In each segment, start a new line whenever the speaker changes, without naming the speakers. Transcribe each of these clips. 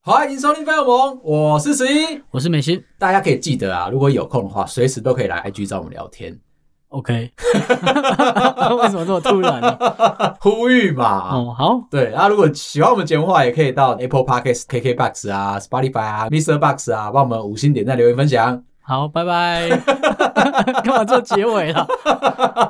欢迎收听《飞友盟》，我是十一。
我是美心。
大家可以记得啊，如果有空的话，随时都可以来 IG 找我们聊天，
OK，为什么这么突然呢、
呼吁嘛。
哦，好，
对，啊，如果喜欢我们节目的话，也可以到 Apple Podcast、KKBox 啊、Spotify 啊、Mr. Box 啊，帮我们五星点赞、留言、分享。
好，拜拜。 干嘛做结尾了？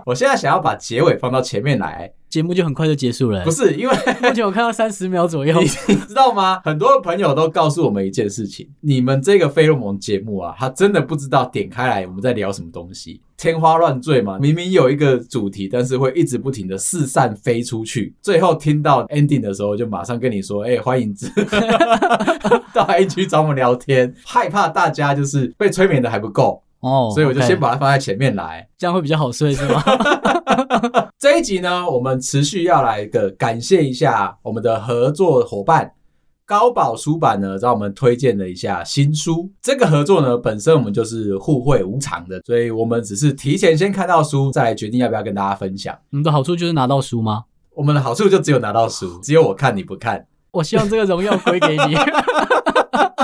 我现在想要把结尾放到前面来，
节目就很快就结束了、
不是因为
目前我看到三十秒左右。
你 知道吗？很多朋友都告诉我们一件事情：你们这个费洛蒙节目啊，他真的不知道点开来我们在聊什么东西，天花乱坠嘛。明明有一个主题，但是会一直不停的四散飞出去，最后听到 ending 的时候，就马上跟你说：“哎、欢迎之 到 IG 找我们聊天。”害怕大家就是被催眠的还不够，
哦，
所以我就
OK
先把它放在前面来。
这样会比较好睡是 吗？
这一集呢，我们持续要来一个感谢一下我们的合作伙伴高宝书版呢，让我们推荐了一下新书。这个合作呢，本身我们就是互惠无偿的，所以我们只是提前先看到书，再来决定要不要跟大家分享。
你们的嗯好处就是拿到书吗？
我们的好处就只有拿到书，只有我看你不看。
我希望这个荣耀归给 你，因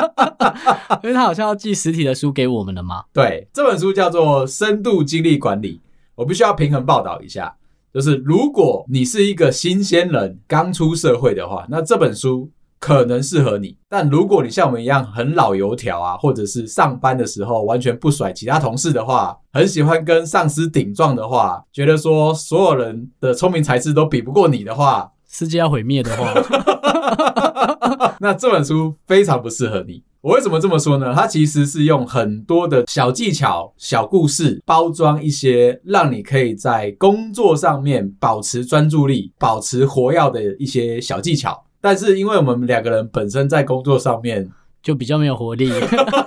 为他好像要寄实体的书给我们了嘛。
对，这本书叫做《深度精力管理》，我必须要平衡报道一下。就是如果你是一个新鲜人，刚出社会的话，那这本书可能适合你。但如果你像我们一样很老油条啊，或者是上班的时候完全不甩其他同事的话，很喜欢跟上司顶撞的话，觉得说所有人的聪明才智都比不过你的话，
世界要毁灭的话，
那这本书非常不适合你。我为什么这么说呢？它其实是用很多的小技巧、小故事包装一些让你可以在工作上面保持专注力、保持活跃的一些小技巧。但是因为我们两个人本身在工作上面，
就比较没有活力，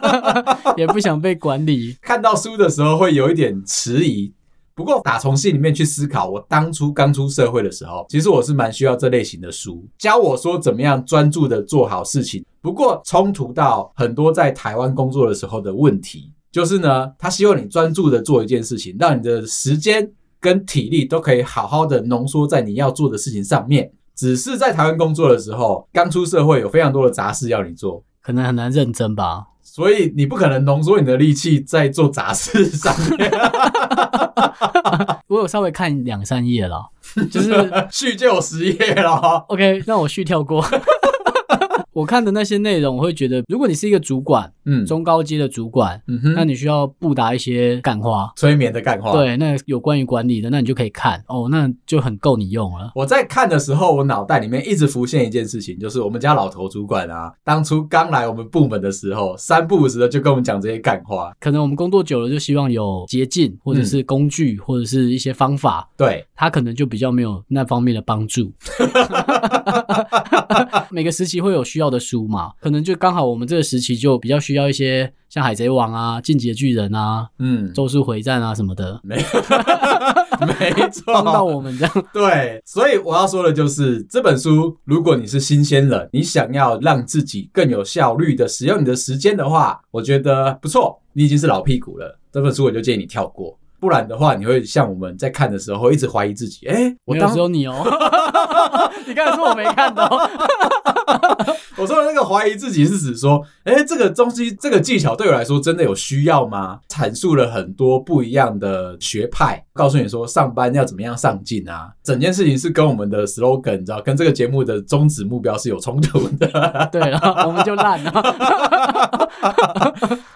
也不想被管理。
看到书的时候会有一点迟疑。不过打从心里面去思考，我当初刚出社会的时候，其实我是蛮需要这类型的书，教我说怎么样专注的做好事情。不过冲突到很多在台湾工作的时候的问题，就是呢，他希望你专注的做一件事情，让你的时间跟体力都可以好好的浓缩在你要做的事情上面。只是在台湾工作的时候，刚出社会有非常多的杂事要你做，
可能很难认真吧，
所以你不可能浓缩你的力气在做杂事上面。
我有稍微看两三页啦，就是
叙旧实业了。
OK，那我续跳过。我看的那些内容，我会觉得，如果你是一个主管，
嗯
中高阶的主管，
嗯哼，
那你需要布达一些干话。
催眠的干话。，
对，那有关于管理的，那你就可以看哦，那就很够你用了。
我在看的时候，我脑袋里面一直浮现一件事情，就是我们家老头主管啊，当初刚来我们部门的时候，三不五时的就跟我们讲这些干话。
可能我们工作久了，就希望有捷径，或者是工具，或者是一些方法，
对，
他可能就比较没有那方面的帮助。每个时期会有需要的书嘛，可能就刚好我们这个时期就比较需要一些像《海贼王》啊、《进击的巨人》啊、
嗯，
《咒术回战》啊什么的，
没， 没
帮到
错。
我们这样。
对，所以我要说的就是这本书，如果你是新鲜人，你想要让自己更有效率的使用你的时间的话，我觉得不错，你已经是老屁股了，这本书我就建议你跳过。不然的话，你会像我们在看的时候，一直怀疑自己。哎、我
没有
当
只有你哦， 你刚才说我没看到，
我说的那个怀疑自己是指说，哎，这个东西，这个技巧对我来说真的有需要吗？阐述了很多不一样的学派，告诉你说上班要怎么样上进啊。整件事情是跟我们的 slogan，你知道，跟这个节目的宗旨目标是有冲突的，
对了，我们就烂了。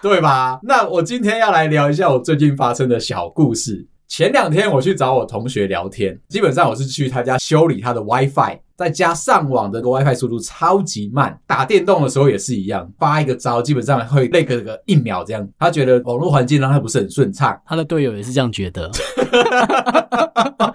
对吧？那我今天要来聊一下我最近发生的小故事。前两天我去找我同学聊天，基本上我是去他家修理他的 WiFi，在家上网的 WiFi 速度超级慢，打电动的时候也是一样，发一个招基本上会累个个一秒这样。他觉得网络环境让他不是很顺畅，
他的队友也是这样觉得，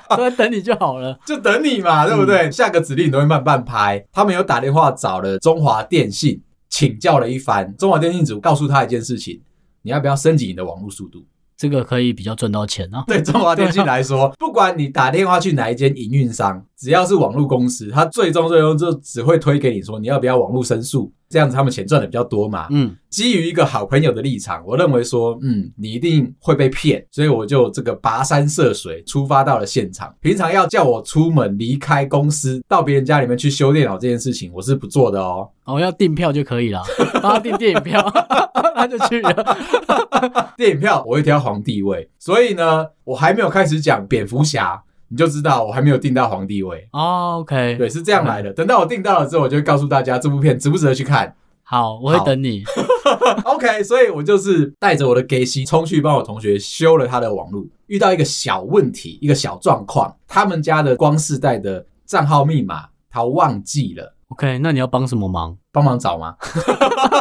都在等你就好了。
就等你嘛，对不对？下个指令你都会慢慢拍。他们有打电话找了中华电信请教了一番，中华电信组告诉他一件事情：你要不要升级你的网络速度？
这个可以比较赚到钱啊。
对中华电信来说，不管你打电话去哪一间营运商，只要是网络公司，它最终最终就只会推给你说你要不要网络申诉，这样子他们钱赚的比较多嘛。
嗯，
基于一个好朋友的立场，我认为说，嗯，你一定会被骗，所以我就这个跋山涉水出发到了现场。平常要叫我出门离开公司到别人家里面去修电脑这件事情，我是不做的哦。
哦，要订票就可以了，帮他订电影票， 他就去了。
电影票我会挑皇帝位，所以呢，我还没有开始讲蝙蝠侠，你就知道我还没有定到皇帝位。
哦 ，OK，
对，是这样来的。等到我定到了之后，我就会告诉大家这部片值不值得去看。
好，我会
好
等你。
OK，所以我就是带着我的 gay 西冲去帮我同学修了他的网络，遇到一个小问题，一个小状况，他们家的光世代的账号密码他忘记了。
OK，那你要帮什么忙？
帮忙找吗？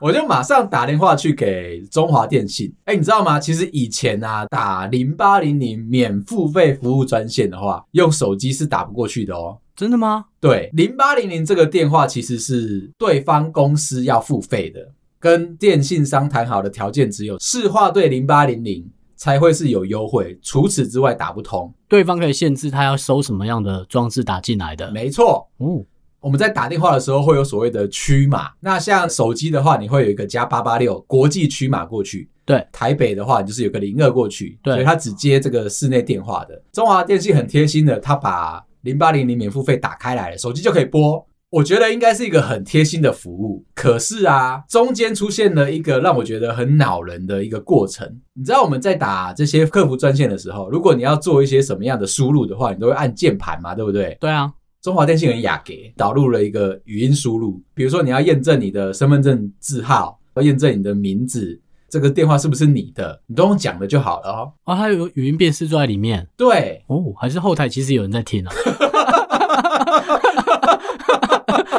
我就马上打电话去给中华电信。哎、你知道吗？其实以前啊，打零八零零免付费服务专线的话，用手机是打不过去的哦。
真的吗？
对，零八零零这个电话其实是对方公司要付费的，跟电信商谈好的条件只有市话对零八零零才会是有优惠，除此之外打不通。
对方可以限制他要收什么样的装置打进来的。
没错。
哦，
我们在打电话的时候会有所谓的区码，那像手机的话，你会有一个加八八六国际区码过去。
对，
台北的话，你就是有个零二过去，
对
所以它只接这个室内电话的。中华电信很贴心的，它把零八零零免付费打开来了，手机就可以拨。我觉得应该是一个很贴心的服务，可是啊，中间出现了一个让我觉得很恼人的一个过程。你知道我们在打这些客服专线的时候，如果你要做一些什么样的输入的话，你都会按键盘嘛，对不对？
对啊，
中华电信很雅给导入了一个语音输入，比如说你要验证你的身份证字号，要验证你的名字，这个电话是不是你的，你都用讲的就好了哦。
哦，他有语音辨识就在里面。
对，
哦，还是后台其实有人在听啊，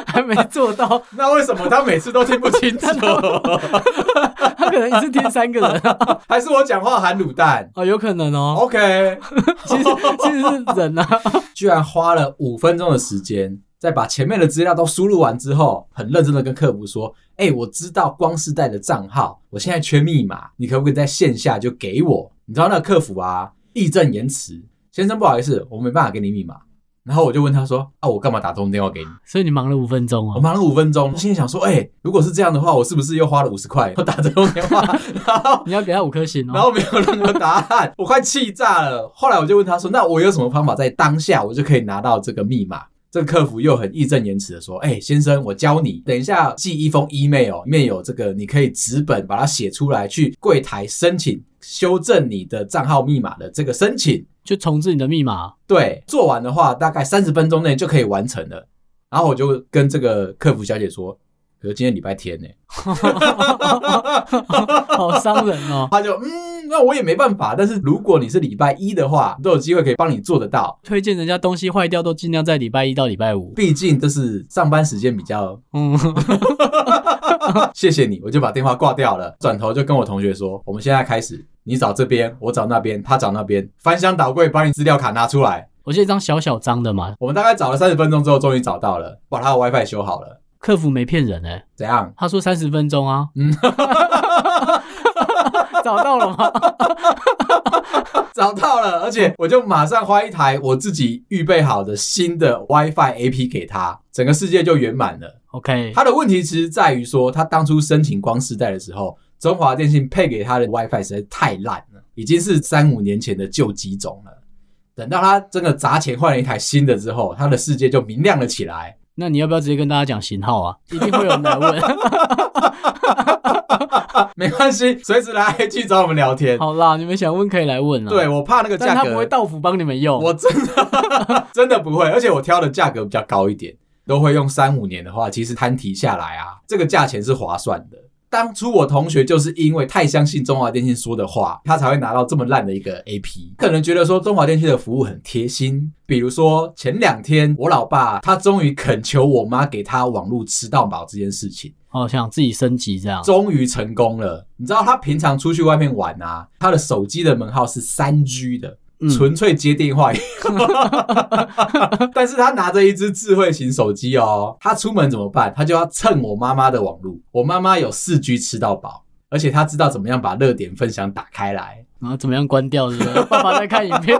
还没做到，
那为什么他每次都听不清 楚？
他可能一次听三个人啊，
还是我讲话含卤蛋
哦，有可能哦，
？OK，
其实其实是人啊，
居然花了五分钟的时间，在把前面的资料都输入完之后，很认真的跟客服说：“哎、我知道光世代的账号，我现在缺密码，你可不可以在线下就给我？”你知道那个客服啊，义正言辞：“先生，不好意思，我没办法给你密码。”然后我就问他说：“啊，我干嘛打通电话给你？
所以你忙了五分钟
我
哦，
忙了五分钟。”心里想说：“哎、如果是这样的话，我是不是又花了五十块？我打这通电话， 然后
你要给他五颗星
然
哦，
后没有任何答案，我快气炸了。后来我就问他说：“那我有什么方法在当下我就可以拿到这个密码？”这个客服又很义正言辞的说：“哎、先生，我教你，等一下寄一封 email，里面有这个，你可以纸本把它写出来，去柜台申请修正你的账号密码的这个申请。
就重置你的密码，
对，做完的话大概三十分钟内就可以完成了。”然后我就跟这个客服小姐说：“可是今天礼拜天呢、
好伤人哦，
他就嗯，那我也没办法。但是如果你是礼拜一的话，都有机会可以帮你做得到。
推荐人家东西坏掉都尽量在礼拜一到礼拜五，
毕竟这是上班时间比较。
嗯，
谢谢你，我就把电话挂掉了。转头就跟我同学说，我们现在开始，你找这边，我找那边，他找那边，翻箱倒柜把你资料卡拿出来。
我记得一张小小张的嘛，
我们大概找了三十分钟之后，终于找到了，把他的 WiFi 修好了。
客服没骗人哎、
怎样？
他说三十分钟啊，
嗯
找到了吗？
找到了，而且我就马上花一台我自己预备好的新的 WiFi AP 给他，整个世界就圆满了。
OK，
他的问题其实在于说，他当初申请光世代的时候，中华电信配给他的 WiFi 实在太烂了，已经是三五年前的旧机种了。等到他真的砸钱换了一台新的之后，他的世界就明亮了起来。
那你要不要直接跟大家讲型号啊？一定会有人来问。
没关系，随时来 IG 找我们聊天。
好啦，你们想问可以来问啊。
对，我怕那个
但
价
他不会
格，
到府帮你们用。
我真的 真的不会，而且我挑的价格比较高一点，都会用三五年的话，其实摊提下来啊，这个价钱是划算的。当初我同学就是因为太相信中华电信说的话，他才会拿到这么烂的一个 AP。可能觉得说中华电信的服务很贴心，比如说前两天我老爸他终于恳求我妈给他网络吃到饱这件事情。
哦，想自己升级这样。
终于成功了。你知道他平常出去外面玩啊，他的手机的门号是三 G 的
嗯。
纯粹接电话，但是他拿着一只智慧型手机哦，他出门怎么办？他就要蹭我妈妈的网路。我妈妈有四 G 吃到饱，而且他知道怎么样把热点分享打开来。
然后怎么样关掉，是不 是？爸爸在看影片，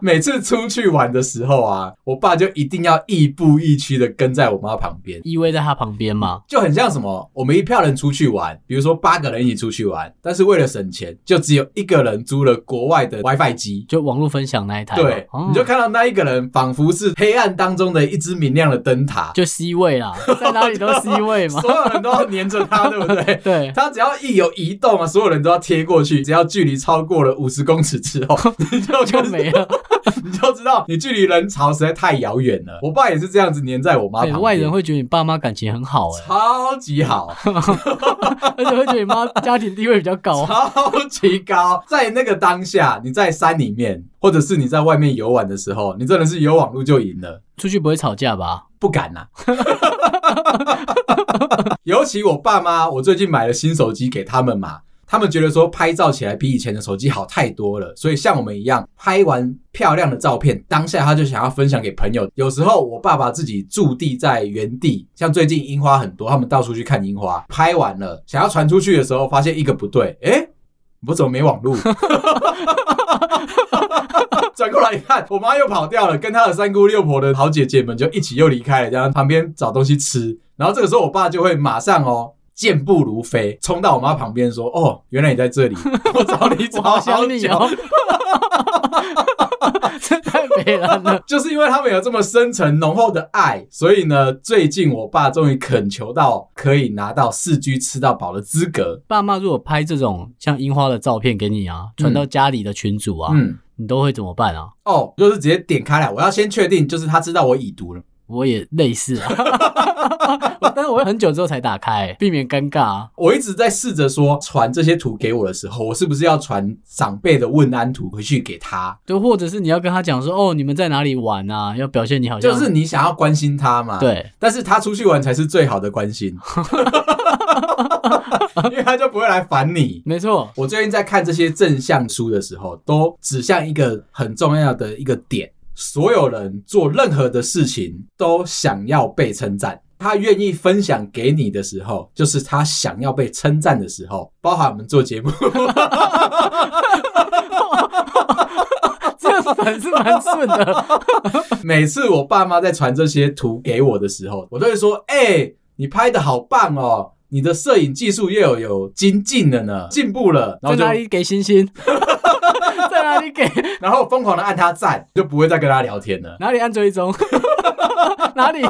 每次出去玩的时候啊，我爸就一定要亦步亦趋的跟在我妈旁边，
依偎在他旁边嘛。
就很像什么，我们一票人出去玩，比如说八个人一起出去玩，但是为了省钱，就只有一个人租了国外的 WiFi 机。
就网络分享那一台嘛，
对，
哦
你就看到那一个人仿佛是黑暗当中的一只明亮的灯塔，
就 C 位啦，在哪里都 C 位嘛。
所有人都要黏着他，对不 对？
对，
他只要一有移动啊，所有人都要贴过去。只要距离超过了五十公尺之 后，你 就
就没了。
你就知道你距离人潮实在太遥远了。我爸也是这样子黏在我妈
对
旁边，
哎外人会觉得你爸妈感情很好哎、
超级 好，
而且会觉得你妈家庭地位比较高。啊
超级高。在那个当下，你在山里面，或者是你在外面游玩的时候，你真的是有网路就赢了。
出去不会吵架吧？
不敢呐、 尤其我爸妈，我最近买了新手机给他们嘛，他们觉得说拍照起来比以前的手机好太多了，所以像我们一样，拍完漂亮的照片，当下他就想要分享给朋友。有时候我爸爸自己驻地在原地，像最近樱花很多，他们到处去看樱花，拍完了想要传出去的时候，发现一个不对，诶、我怎么没网路？ 转过来一看，我妈又跑掉了，跟她的三姑六婆的好姐姐们就一起又离开了，这样旁边找东西吃。然后这个时候，我爸就会马上哦，健步如飞，冲到我妈旁边说：“哦，原来你在这 里，我找你
我
找
好
好
想你
久。
哦、 这太悲然了。
就是因为他们有这么深沉浓厚的爱，所以呢，最近我爸终于恳求到可以拿到四 G 吃到饱的资格。
爸妈如果拍这种像樱花的照片给你啊，传到家里的群组啊，
嗯，
你都会怎么办啊？
哦，就是直接点开来，我要先确定，就是他知道我已读了。
我也类似 啊，我但是我会很久之后才打开、避免尴尬、啊。
我一直在试着说，传这些图给我的时候，我是不是要传长辈的问安图回去给他？
就或者是你要跟他讲说，哦，你们在哪里玩啊？要表现你啊好像
就是你想要关心他嘛？。
对，
但是他出去玩才是最好的关心， 因为他就不会来烦你。
没错，
我最近在看这些正向书的时候，都指向一个很重要的一个点：所有人做任何的事情都想要被称赞。他愿意分享给你的时候，就是他想要被称赞的时候，包含我们做节目。
这样反是蛮顺 的。
每次我爸妈在传这些图给我的时候，我都会说：“哎、你拍的好棒哦，你的摄影技术又有有精进了呢，进步了。”然
在
后就
哪里给星星？ 在哪里给？
然后疯狂的按他赞，就不会再跟他聊天了。
哪里按追踪？ 哪里？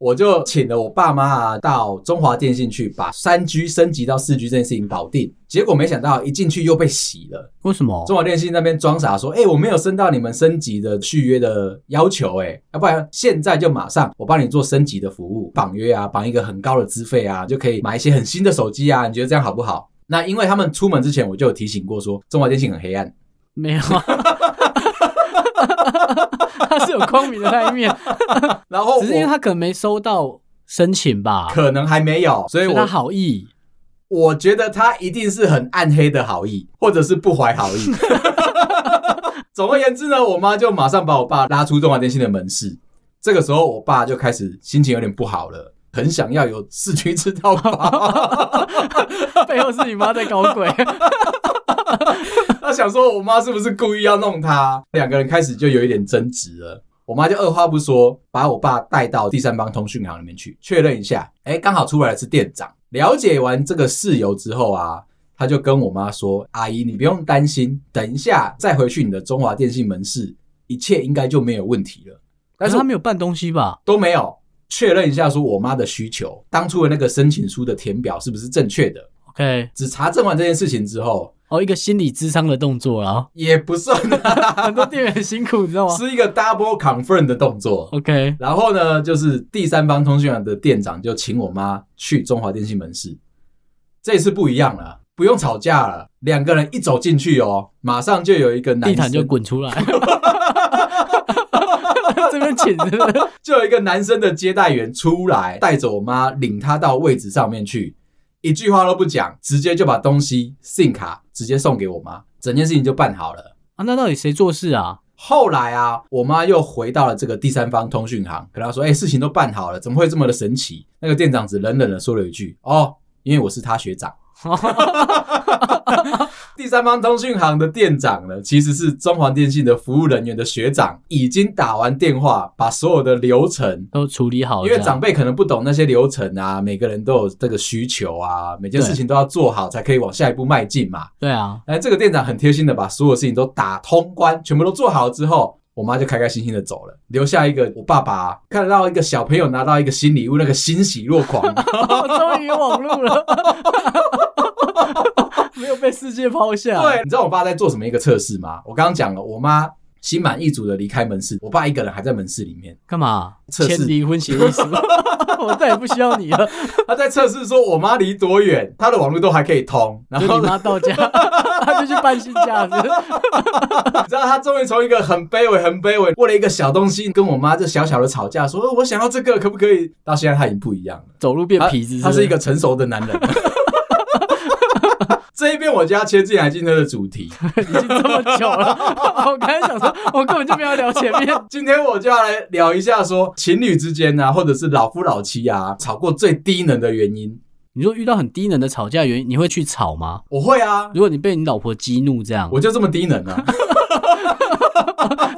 我就请了我爸妈啊到中华电信去把三 G 升级到四 G 这件事情搞定，结果没想到一进去又被洗了。
为什么？
哦中华电信那边装傻说：“哎、我没有升到你们升级的续约的要求、哎，要不然现在就马上我帮你做升级的服务，绑约啊，绑一个很高的资费啊，就可以买一些很新的手机啊，你觉得这样好不好？”那因为他们出门之前我就有提醒过说，中华电信很黑暗，
没有。啊 他是有光明的那一面，
然后
只是因为
哦我
他可能没收到申请吧，
可能还没有，所以
所以
我
他好意。
我觉得他一定是很暗黑的好意，或者是不怀好意。总而言之呢，我妈就马上把我爸拉出中华电信的门市。这个时候，我爸就开始心情有点不好了，很想要有市区吃到饱。
背后是你妈在搞 鬼，
他想说，我妈是不是故意要弄他？两个人开始就有一点争执了。我妈就二话不说，把我爸带到第三方通讯行里面去确认一下。哎，刚好出来的是店长。了解完这个事由之后啊，他就跟我妈说：“阿姨，你不用担心，等一下再回去你的中华电信门市，一切应该就没有问题了。”但
但
是
是他没有办东西吧？
都没有确认一下，说我妈的需求，当初的那个申请书的填表是不是正确的？
OK，
只查证完这件事情之后，
哦，一个心理智商的动 作啦，
也不算、啊，
很多店员很辛苦，你知道吗
是一个 double confirm 的动作。
？OK，
然后呢，就是第三方通讯行的店长就请我妈去中华电信门市，这一次不一样了，不用吵架了，两个人一走进去哦，马上就有一个男
地
生
毯就滚出来， 这边请是不是
就有一个男生的接待员出来，带着我妈领她到位置上面去，一句话都不讲，直接就把东西 SIM 卡直接送给我妈，整件事情就办好了。
啊？那到底谁做事啊？
后来啊，我妈又回到了这个第三方通讯行，跟她说：“哎、事情都办好了，怎么会这么的神奇？”那个店长只冷冷的说了一句：“哦，因为我是他学长。” 第三方通讯行的店长呢，其实是中华电信的服务人员的学长，已经打完电话，把所有的流程。
都处理好
因
哦这
为
样，
长辈可能不懂那些流程啊，每个人都有这个需求啊，每件事情都要做好才可以往下一步迈进嘛。
对啊，
哎，这个店长很贴心的把所有事情都打通关，全部都做好之后，我妈就开开心心的走了，留下一个我爸爸看到一个小朋友拿到一个新礼物，那个欣喜若狂。
哦终于有网 路了，没有被世界抛下。
对，你知道我爸在做什么一个测试吗？我刚刚讲了，我妈心满意足的离开门市，我爸一个人还在门市里面，
干嘛
测试
签离婚协议 书？我再也不需要你了，
他在测试说我妈离多远，她的网络都还可以通。然
就
后
你
呢，
妈到 家，她就去办新假日。
你知道他终于从一个很卑微、很卑微，为了一个小东西跟我妈这小小的吵架，说、哦我想要这个可不可以？到现在他已经不一样了。
走路变痞子
他，他
是
是一个成熟的男人。 这一边我就要切进来今天的主题，
不是已经这么久了。 我刚才想说，我根本就没有聊前面。
今天我就要来聊一下说情侣之间啊，或者是老夫老妻啊，吵过最低能的原因。
你说遇到很低能的吵架原因，你会去吵吗？
我会啊，
如果你被你老婆激怒这样，
我就这么低能啊。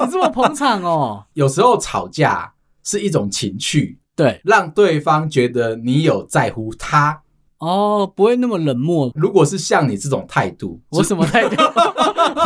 你这么捧场哦？
有时候吵架是一种情趣，
对
让对方觉得你有在乎他。
哦，不会那么冷漠。
如果是像你这种态度，
我什么 态度？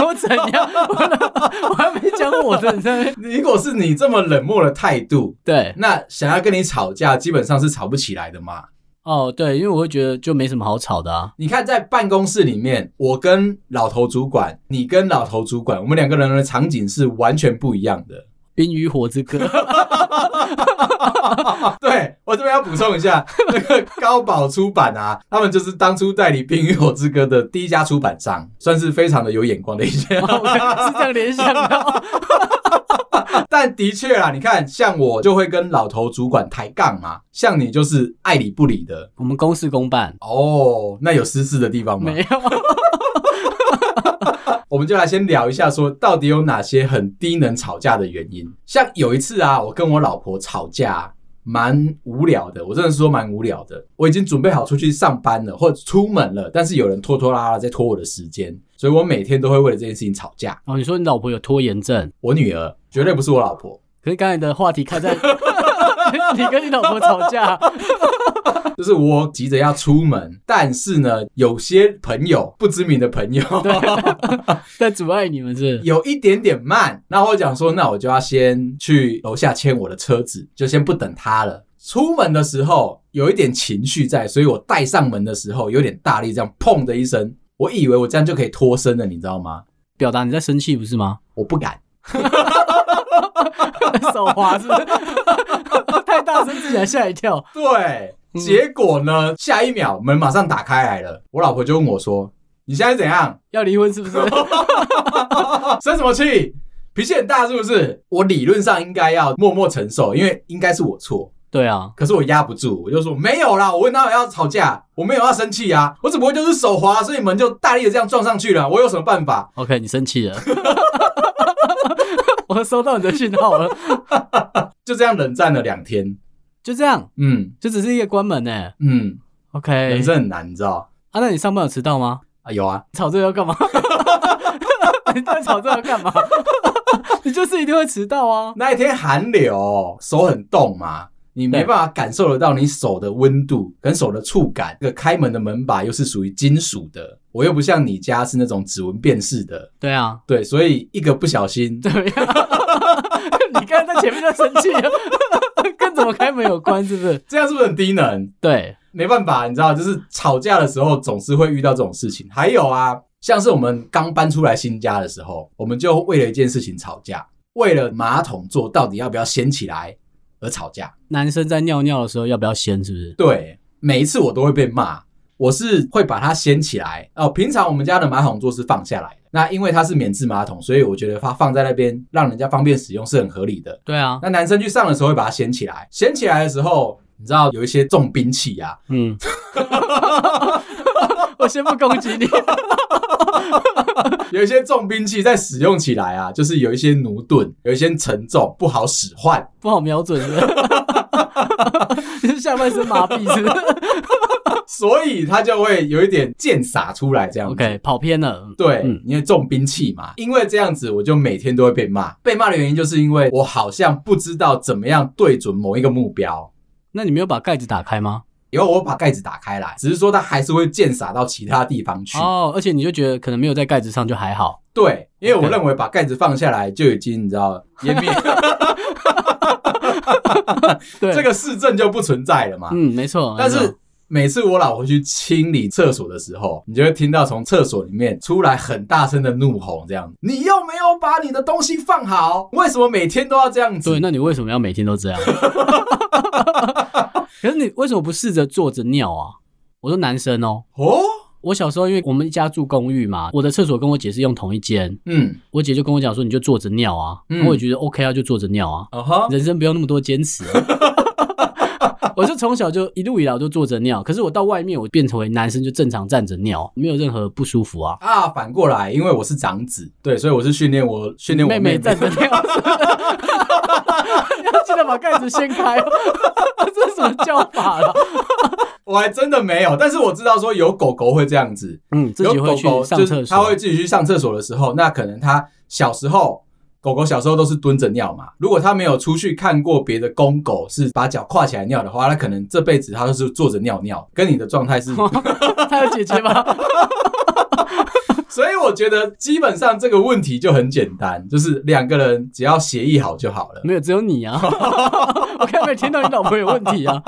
我怎样？我我还没讲我的呢。
如果是你这么冷漠的态度，
对，
那想要跟你吵架，基本上是吵不起来的嘛。
哦，对，因为我会觉得就没什么好吵的 啊。
你看，在办公室里面，我跟老头主管，你跟老头主管，我们两个人的场景是完全不一样的。
冰与火之歌，
啊对我这边要补充一下，那个高宝出版啊，他们就是当初代理《冰与火之歌》的第一家出版商，算是非常的有眼光的一家。
是这样联想的哦。
但的确啦，你看，像我就会跟老头主管抬杠嘛，像你就是爱理不理的。
我们公事公办，
哦，那有私事的地方吗？
没有。
我们就来先聊一下，说到底有哪些很低能吵架的原因。像有一次啊，我跟我老婆吵架，蛮无聊的，我真的是说蛮无聊的。我已经准备好出去上班了，或者出门了，但是有人拖拖拉拉在拖我的时间，所以我每天都会为了这件事情吵架。
哦，你说你老婆有拖延症，
我女儿 绝对不是我老婆，
可是刚才的话题看在 你跟你老婆吵架，
就是我急着要出门，但是呢，有些朋友不知名的朋友，
在阻碍你们 是？
有一点点慢，那我讲说，那我就要先去楼下牵我的车子，就先不等他了。出门的时候有一点情绪在，所以我带上门的时候有点大力，这样砰的一声，我以为我这样就可以脱身了，你知道吗？
表达你在生气不 是吗？
我不敢，
手滑是 不是？太大声自己还吓一跳。
对，
嗯
结果呢，下一秒门马上打开来了，我老婆就问我说：“你现在怎样？
要离婚是 不是？
啊生什么气？脾气很大是不是？”我理论上应该要默默承受，因为应该是我错，
对啊，
可是我压不住，我就说没有啦，我问他要吵架，我没有要生气啊，我只不过就是手滑，所以门就大力的这样撞上去了，我有什么办法？
OK，你生气了， 我收到你的讯号了，
就这样冷战了两天，
就这样，
嗯
就只是一个关门呢、
嗯，
OK，
人生很难，你知道
啊，那你上班有迟到吗？
啊？有啊，
吵这个 要干嘛？你在吵这个干嘛？ 你就是一定会迟到啊！
那一天寒流，手很冻嘛。你没
对
办法感受得到你手的温度跟手的触感，这个开门的门把又是属于金属的，我又不像你家是那种指纹辨识的，
对啊，
对，所以一个不小心，
怎么样？ 你刚才在前面在生气了， 跟怎么开门有关是不是？
这样是不是很低能？
对，
没办法，你知道，就是吵架的时候总是会遇到这种事情。还有啊，像是我们刚搬出来新家的时候，我们就为了一件事情吵架，为了马桶座到底要不要掀起来而吵架。
男生在尿尿的时候要不要先？是不是？
对，每一次我都会被骂，我是会把它掀起来。哦，平常我们家的马桶座是放下来的，那因为它是免治马桶，所以我觉得它放在那边让人家方便使用是很合理的。
对啊，
那男生去上的时候会把它掀起来，掀起来的时候，你知道有一些重兵器啊，
嗯， 我先不攻击你，
有一些重兵器在使用起来啊，就是有一些驽钝，有一些沉重，不好使唤。
不好瞄准是不是？你是下半身麻痹是不是？
所以他就会有一点剑洒出来这样子。
OK，跑偏了。
对，
嗯
因为重兵器嘛，因为这样子我就每天都会被骂。被骂的原因就是因为我好像不知道怎么样对准某一个目标。
那你没有把盖子打开吗？
以后我把盖子打开来，只是说它还是会溅洒到其他地方去。
哦，而且你就觉得可能没有在盖子上就还好，
对，因为我
OK
认为把盖子放下来就已经你知道湮 灭，
对
这个市政就不存在了嘛。
嗯，没错。
但
没
是
错
每次我老婆去清理厕所的时候，你就会听到从厕所里面出来很大声的怒吼，这样你又没有把你的东西放好，为什么每天都要这样子？
对，那你为什么要每天都 这样？可是你为什么不试着坐着尿啊？我说男生哦，
哦，
我小时候因为我们一家住公寓嘛，我的厕所跟我姐是用同一间，
嗯，
我姐就跟我讲说你就坐着尿啊，
嗯
我也觉得 OK 啊，就坐着尿啊，
啊哈，
人生不要那么多坚持、 啊。我就从小就一路以来我就坐着尿，可是我到外面我变成为男生就正常站着尿，没有任何不舒服啊。
啊，反过来，因为我是长子，对，所以我是训练我训练我
妹
妹
妹站着尿， 要记得把盖子掀开，哦 这是什么叫法了？
我还真的没有，但是我知道说有狗狗会这样子，
嗯，自
有
己
狗
会
狗
去上
就
厕所，
是它 会自己去上厕所的时候，那可能它小时候。狗狗小时候都是蹲着尿嘛，如果它没有出去看过别的公狗是把脚跨起来尿的话，那可能这辈子它都是坐着尿尿，跟你的状态 是。
他有姐姐吗？
所以我觉得基本上这个问题就很简单，就是两个人只要协议好就好了。
没有，只有你啊！ 我看没有听到你老婆有问题啊？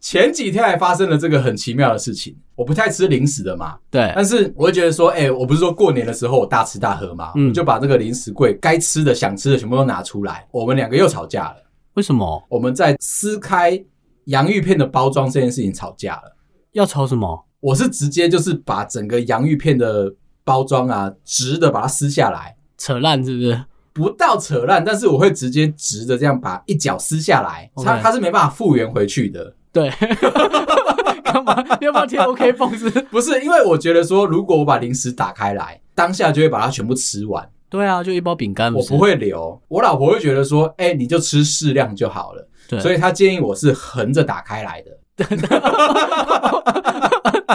前几天还发生了这个很奇妙的事情，我不太吃零食的嘛，
对，
但是我会觉得说，哎、我不是说过年的时候我大吃大喝嘛，
嗯
我就把这个零食柜该吃的、想吃的全部都拿出来。我们两个又吵架了，
为什么
我们在撕开洋芋片的包装这件事情吵架了。
要吵什么？
我是直接就是把整个洋芋片的包装啊，直的把它撕下来，
扯烂是不是？
不到扯烂，但是我会直接直的这样把一角撕下来，
OK
它它是没办法复原回去的。
对， 干嘛？你要不要贴 OK 绷是不是？
不是因为我觉得说，如果我把零食打开来，当下就会把它全部吃完。
对啊，就一包饼干，
我
是
不。会留，我老婆会觉得说，哎、你就吃适量就好了，
对，
所以她建议我是横着打开来的，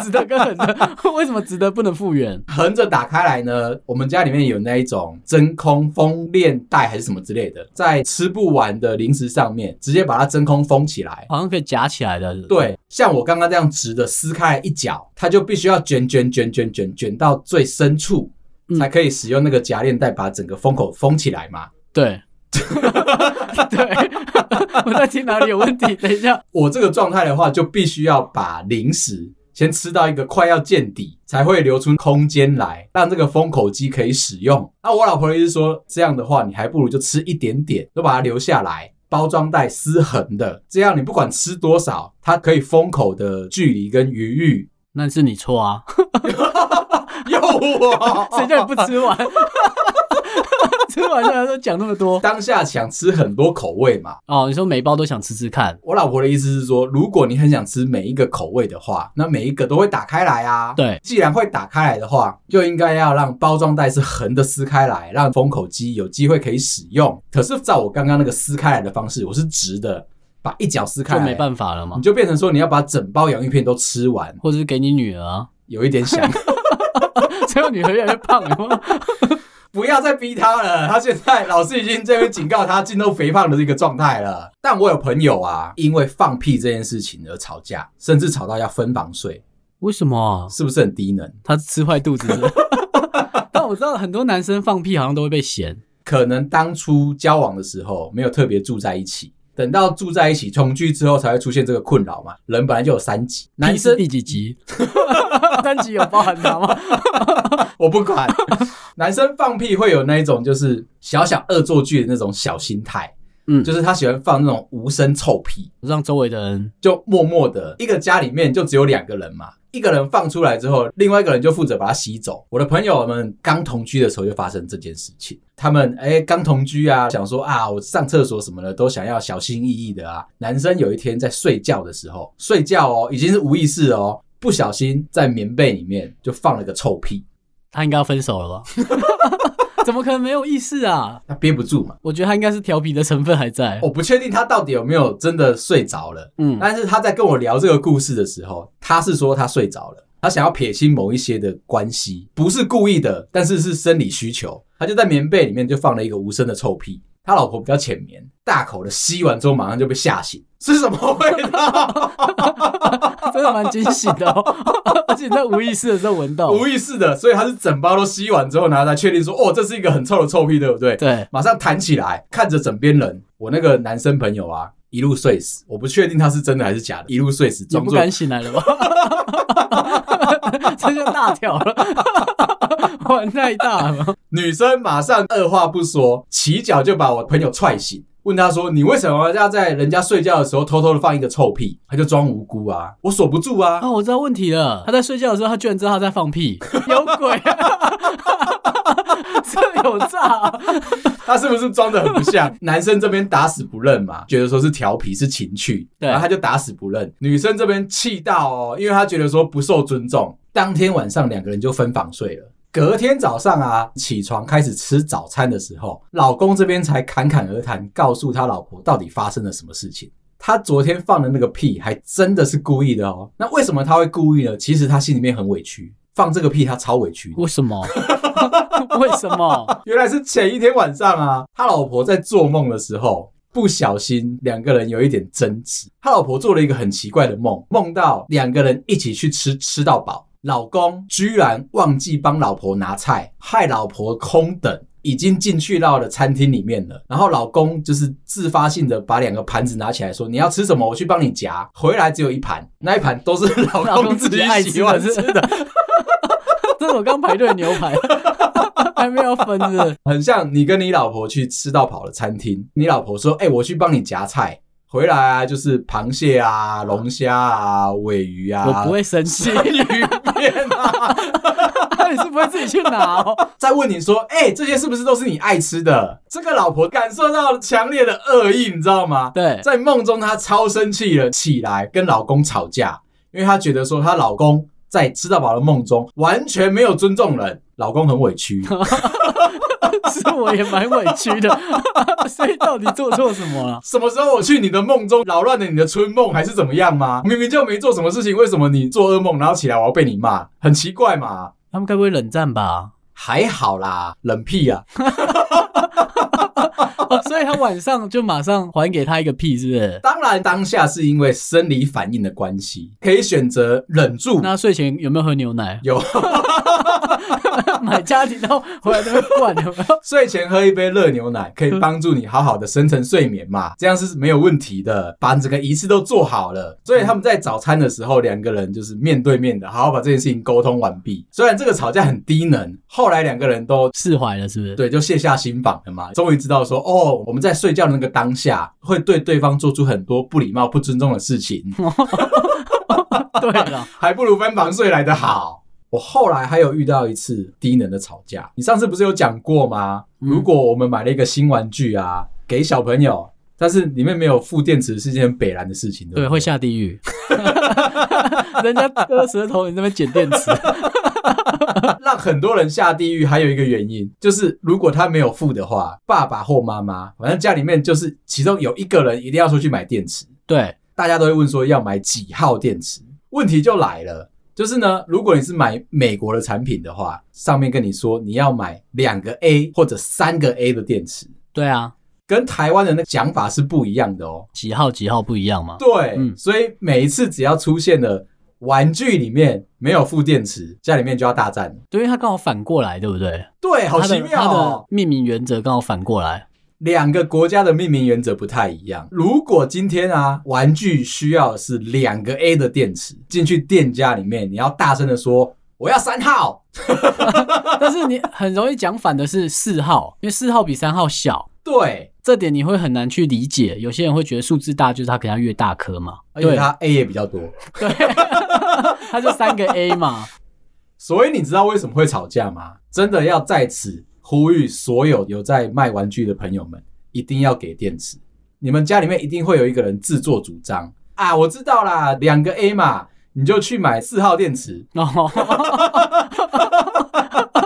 值得跟很的， 为什么值得不能复原？
横着打开来呢，我们家里面有那一种真空封链袋还是什么之类的，在吃不完的零食上面直接把它真空封起来。
好像可以夹起来的。是不是，
对，像我刚刚这样直的撕开一角，它就必须要卷卷卷卷卷卷到最深处，
嗯
才可以使用那个夹链袋把整个封口封起来嘛。
对， 对， 我在听哪里有问题？等一下，
我这个状态的话，就必须要把零食先吃到一个快要见底，才会留出空间来，让这个封口机可以使用。那我老婆的意思说，这样的话，你还不如就吃一点点，就把它留下来。包装袋撕横的，这样你不管吃多少，它可以封口的距离跟余裕。
那是你错啊，
有我，
谁叫你不吃完？ 吃完了都讲那么多
当下想吃很多口味嘛？
哦，你说每一包都想吃吃看，
我老婆的意思是说，如果你很想吃每一个口味的话，那每一个都会打开来啊。
对
既然会打开来的话，就应该要让包装袋是横的撕开来，让封口机有机会可以使用。可是照我刚刚那个撕开来的方式，我是直的，把一角撕开
就
来，
没办法了嘛
你，就变成说你要把整包洋芋片都吃完，
嗯或者是给你女儿啊，
有一点想，
所以我女儿越来越胖有没有
不要再逼他了。他现在老师已经这边警告他进入肥胖的这个状态了。但我有朋友啊，因为放屁这件事情而吵架，甚至吵到要分房睡，
为什么啊？
是不是很低能？
她是吃坏肚子是不 是但我知道很多男生放屁好像都会被嫌，
可能当初交往的时候没有特别住在一起，等到住在一起同居之后才会出现这个困扰嘛。人本来就有三级，男
屁是
生
第几 集？三集有包含他吗？
我不 管，男生放屁会有那一种就是小小恶作剧的那种小心态，
嗯，
就
就是
他喜欢放那种无声臭屁，
让周围的人
就默默的一个家里面就只有两个人嘛。一个人放出来之后，另外一个人就负责把它吸走。我的朋友们刚同居的时候就发生这件事情，他们哎刚同居啊，想说啊我上厕所什么的都想要小心翼翼的啊。男生有一天在睡觉的时候，睡觉哦已经是无意识了哦，不小心在棉被里面就放了个臭屁。
他应该要分手了吧？ 怎么可能没有意识啊？
他憋不住嘛。
我觉得他应该是调皮的成分还在。
我不确定他到底有没有真的睡着了，
嗯，
但是他在跟我聊这个故事的时候，他是说他睡着了，他想要撇清某一些的关系，不是故意的，但是是生理需求。他就在棉被里面就放了一个无声的臭屁，他老婆比较浅眠，大口的吸完之后马上就被吓醒，是什么味道？
真的蛮惊喜的、哦， 而且在无意识的时候闻 到。
无意识的，所以他是整包都吸完之后，然后才确定说，哦，这是一个很臭的臭屁，对不对？
对，
马上弹起来，看着枕边人，我那个男生朋友啊，一路睡死，我不确定他是真的还是假的，一路睡死，
你
装
不
作
敢醒来了吧？ 这就大条了， 玩太 大了。
女生马上二话不说，起脚就把我朋友踹醒，问他说：“你为什么要在人家睡觉的时候偷偷的放一个臭屁？”他就装无辜啊，我锁不住啊
啊，，我知道问题了。他在睡觉的时候，他居然知道他在放屁，有鬼、啊！ 这有诈啊、
他是不是装的很不像？男生这边打死不认嘛，觉得说是调皮是情趣，
对
然后他就打死不认。女生这边气到哦，因为他觉得说不受尊重，当天晚上两个人就分房睡了。隔天早上啊，起床开始吃早餐的时候，老公这边才侃侃而谈，告诉他老婆到底发生了什么事情。他昨天放的那个屁，还真的是故意的哦。那为什么他会故意呢？其实他心里面很委屈，放这个屁他超委屈的。
为什么？ 为什么？
原来是前一天晚上啊，他老婆在做梦的时候，不小心两个人有一点争执。他老婆做了一个很奇怪的梦，梦到两个人一起去吃，吃到饱，老公居然忘记帮老婆拿菜，害老婆空等。已经进去到了餐厅里面了，然后老公就是自发性的把两个盘子拿起来说：“你要吃什么？我去帮你夹。”回来只有一盘，那一盘都是老
老
公
公
自
自
己
己爱
喜
吃
欢
的
吃
是
的，
这是我刚排队的牛排， 还没有分的。
很像你跟你老婆去吃到跑的餐厅，你老婆说：“哎、我去帮你夹菜。”回来啊，就是螃蟹啊、龙虾啊、尾鱼啊，
我不会生气，
鱼片啊。
你是不会自己去拿哦。
再问你说：“哎、这些是不是都是你爱吃的？”这个老婆感受到强烈的恶意，你知道吗？
对，
在梦中她超生气了，起来跟老公吵架，因为她觉得说她老公在吃到饱的梦中完全没有尊重人，老公很委屈。
是我也蛮委屈的， 所以到底做错什么了？
什么时候我去你的梦中扰乱了你的春梦，还是怎么样吗？明明就没做什么事情，为什么你做噩梦，然后起来我要被你骂，很奇怪嘛？
他们该不会冷战吧？
还好啦，冷屁啊！
哦，所以他晚上就马上还给他一个屁，是不是？
当然，当下是因为生理反应的关系，可以选择忍住。？
那睡前有没有喝牛奶
有
买家庭到回来都会灌，有没有？
睡前喝一杯热牛 奶，可以帮助你好好的深层睡眠嘛，这样是没有问题的。把整个仪式都做好了，所以他们在早餐的时候，两个人就是面对面的，好好把这件事情沟通完毕。虽然这个吵架很低能，后来两个人都
释怀了，是不是？
对，就卸下心防了嘛。终于知道说，哦，我们在睡觉的那个当下，会对对方做出很多不礼貌、不尊重的事情，
嗯对了，
还不如分房睡来的好。我后来还有遇到一次低能的吵架，你上次不是有讲过吗？
嗯
如果我们买了一个新玩具啊，给小朋友，但是里面没有附电池，是件很北然的事情，对不
对，会下地狱。 人家割舌头，你那边捡电池，
让很多人下地狱，还有一个原因就是，如果他没有付的话，爸爸或妈妈，反正家里面就是其中有一个人一定要出去买电池，
对，
大家都会问说要买几号电池。问题就来了，就是呢，如果你是买美国的产品的话，上面跟你说你要买两个 A 或者三个 A 的电池，
对啊，
跟台湾的那个讲法是不一样的哦。
几号几号不一样嘛？
对，
嗯
所以每一次只要出现了玩具里面没有附电池，家里面就要大战了。
对，因为他刚好反过来，对不对？
对，好
他
奇
的
妙
他
哦
的。命名原则刚好反过来。
两个国家的命名原则不太一样。如果今天啊，玩具需要的是两个 A 的电池，进去店家里面，你要大声的说我要三号。
但是你很容易讲反的是四号，因为四号比三号小，
对，
这点你会很难去理解。有些人会觉得数字大就是它可能要越大颗嘛，
而且
对
它 A 也比较多，
对，它就三个 A 嘛，
所以你知道为什么会吵架吗？真的要在此呼吁所有有在卖玩具的朋友们，一定要给电池。你们家里面一定会有一个人自作主张啊！我知道啦，两个 A 嘛，你就去 买四号电池。
哦，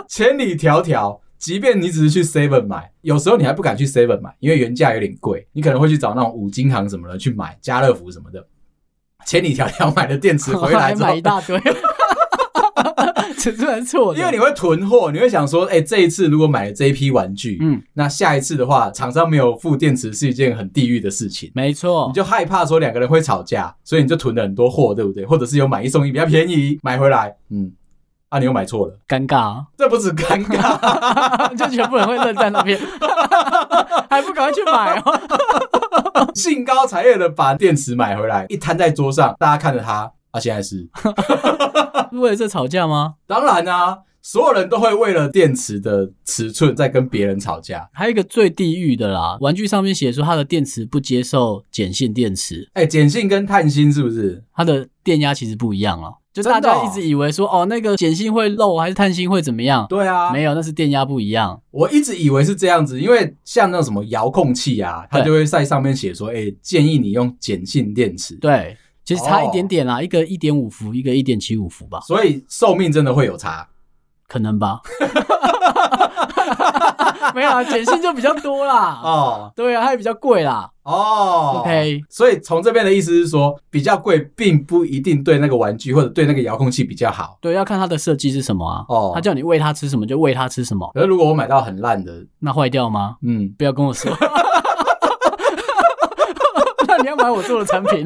千里迢迢即便你只是去 Seven 买，有时候你还不敢去 Seven 买，因为原价有点贵，你可能会去找那种五金行什么的去买，家乐福什么的。千里迢迢买的电池回来
哦还
之
买
后
一，大堆， 尺寸还错的，
因为你会囤货，你会想说，哎、这一次如果买了这一批玩具，
嗯，
那下一次的话，厂商没有付电池是一件很地狱的事情。
没错
你，就害怕说两个人会吵架，所以你就囤了很多货，对不对？或者是有买一送一比较便宜，买回来，嗯，啊，你又买错了，
尴尬、
这不止尴尬，
啊， 就全部人会愣在那边， 还不赶快去买哦。
兴高采烈的把电池买回来，一摊在桌上，大家看着它，啊，现在是，
为了这吵架吗？
当然啊，所有人都会为了电池的尺寸在跟别人吵架。
还有一个最地狱的啦，玩具上面写说它的电池不接受碱性电池，
哎、碱性跟碳性是不是？
它的电压其实不一样哦。就
真的
大
哦
家一直以为说哦那个碱性会漏还是碳性会怎么样？
对啊，
没有，那是电压不一样。
我一直以为是这样子，因为像那种什么遥控器啊，它
对
就会在上面写说，哎、建议你用碱性电池。
对，其实差
哦
一点点啦，一个一点五伏，一个一点七五伏吧，
所以寿命真的会有差。
可能吧。 没有啊，碱性就比较多啦。
哦
对啊，它也比较贵啦。
哦
OK
所以从这边的意思是说，比较贵并不一定对那个玩具或者对那个遥控器比较好。
对，要看它的设计是什么啊。
哦
他叫你喂它吃什么就喂它吃什么，
可是如果我买到很烂的，
那坏掉吗？
嗯，
不要跟 我说。 那你要买我做的产品，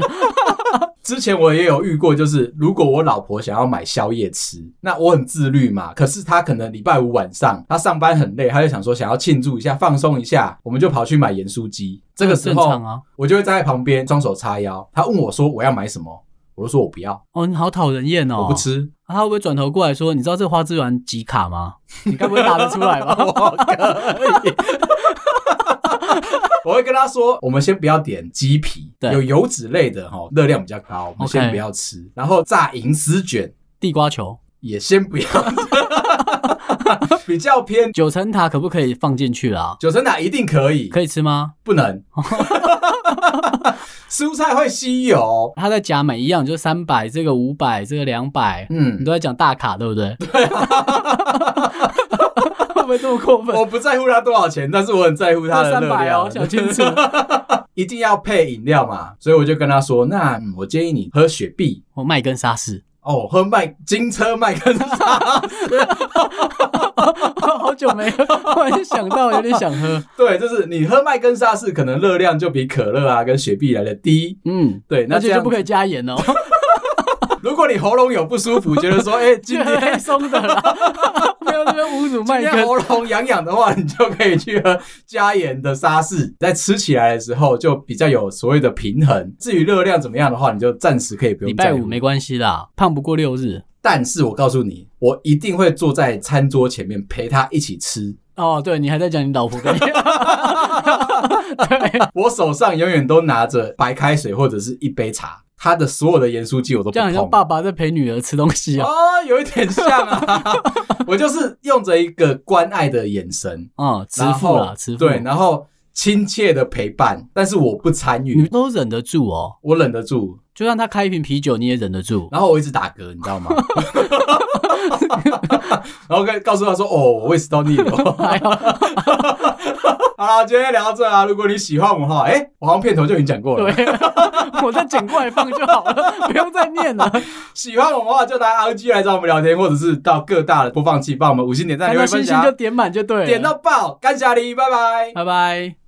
之前我也有遇过，就是如果我老婆想要买宵夜吃，那我很自律嘛，可是她可能礼拜五晚上她上班很累，她就想说想要庆祝一下、放松一下，我们就跑去买盐酥鸡。这个时
正
候，
常啊。
我就会站在旁边双手叉腰，她问我说我要买什么，我就说我不要，
哦，你好讨人厌哦！
我不。吃。
他会不会转头过来说：“你知道这花枝丸几卡吗？ 你该不会答得出 来吧
我可以。 我会跟他说，我们先不要点鸡皮，
对
有油脂类的哈，热量比较高，我们
OK
先不要吃。然后炸银丝卷？”
地瓜球、
也先不要 吃，比较偏
九层塔可不可以放进去啦？
九层塔一定可以，
可以吃吗？
不能。 蔬菜会吸油，
他在讲每一样，就三百这个五百这个两百，你
嗯，
都在讲大卡，对不对？ 对、会不会这么过分？
我不在乎它多少钱，但是我很在乎它
那
的
三
热
百
量
哦，。想清楚。
一定要配饮料嘛，所以我就跟他说，那、嗯我建议你喝雪碧，
我卖根沙士，
哦，喝麦金车麦根沙，
好久没喝，突然就想到有点想喝。
对，就是你喝麦根沙士，可能热量就比可乐啊跟雪碧来的低。
嗯，
对，那这
那就就
样
不可以加盐 哦，
如果你喉咙有不舒服，觉得说，哎、今
就
天
黑松的啦，不要这边侮辱麦
今
根
天。喉咙痒痒的话，你就可以去喝加盐的沙士， 在吃起来的时候就比较有所谓的平衡。至于热量怎么样的话，你就暂时可以不
礼
用
拜
在
五
乎。
没关系啦，胖不过六日。
但是我告诉你，我一定会坐在餐桌前面陪他一起吃，
哦，对你还在讲你老婆 跟你，对，
我手上永远都拿着白开水或者是一杯茶，他的所有的盐酥鸡我都不
这样
碰。
很像爸爸在陪女儿吃东西 啊。
哦，有一点像啊， 我就是用着一个关爱的眼神，
哦， 慈
然
父
后
啦，慈父。
对，然后亲切的陪伴，但是我不参
你
与，
都忍得住哦，
我忍得住，
就算他开一瓶啤酒，你也忍得住。
然后我一直打嗝，你知道吗？ 然后跟告诉他说，哦，我胃食道逆流。 好啦，今天聊到这啊，如果你喜欢我哈，哎、我好像片头就已经讲过了
对，， 我再捡过来放就好了， 不用再 念了。
喜欢我们的话就拿 RG 来找我们聊天，或者是到各大的播放器帮我们五星点赞、
看
留
到
言
星
分啊
星就
享，
点满就对了。
点到爆，感谢你，拜拜。
拜拜。